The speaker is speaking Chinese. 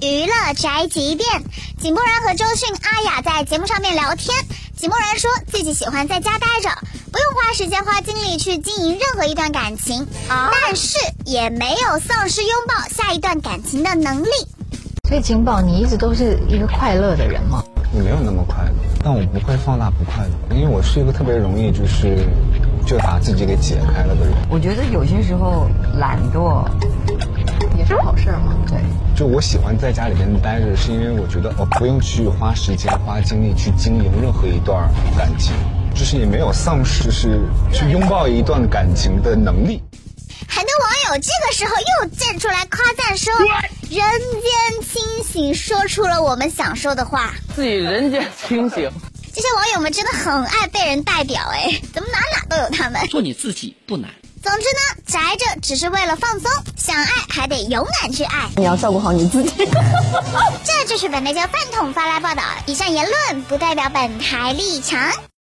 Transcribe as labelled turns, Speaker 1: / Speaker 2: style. Speaker 1: 娱乐宅急便，井柏然和周迅、阿雅在节目上面聊天。井柏然说自己喜欢在家待着，不用花时间、花精力去经营任何一段感情，
Speaker 2: 啊
Speaker 1: 但是也没有丧失拥抱下一段感情的能力。
Speaker 3: 所以景宝，你一直都是一个快乐的人吗？
Speaker 4: 没有那么快乐，但我不会放大不快乐，因为我是一个特别容易就是就把自己给解开了的人。
Speaker 5: 我觉得有些时候懒惰，
Speaker 3: 也是好事儿嘛。
Speaker 5: 对，
Speaker 4: 就我喜欢在家里边待着，是因为我觉得我不用去花时间、花精力去经营任何一段感情，就是也没有丧失就是去拥抱一段感情的能力。
Speaker 1: 很多网友这个时候又站出来夸赞说：“人间清醒，说出了我们想说的话。
Speaker 2: 自己人间清醒，”
Speaker 1: 这些网友们真的很爱被人代表哎，怎么哪哪都有他们。
Speaker 6: 做你自己不难。
Speaker 1: 总之呢，宅着只是为了放松，想爱还得勇敢去爱。
Speaker 5: 你要照顾好你自己。
Speaker 1: 这就是本台家饭桶发来报道，以上言论不代表本台立场。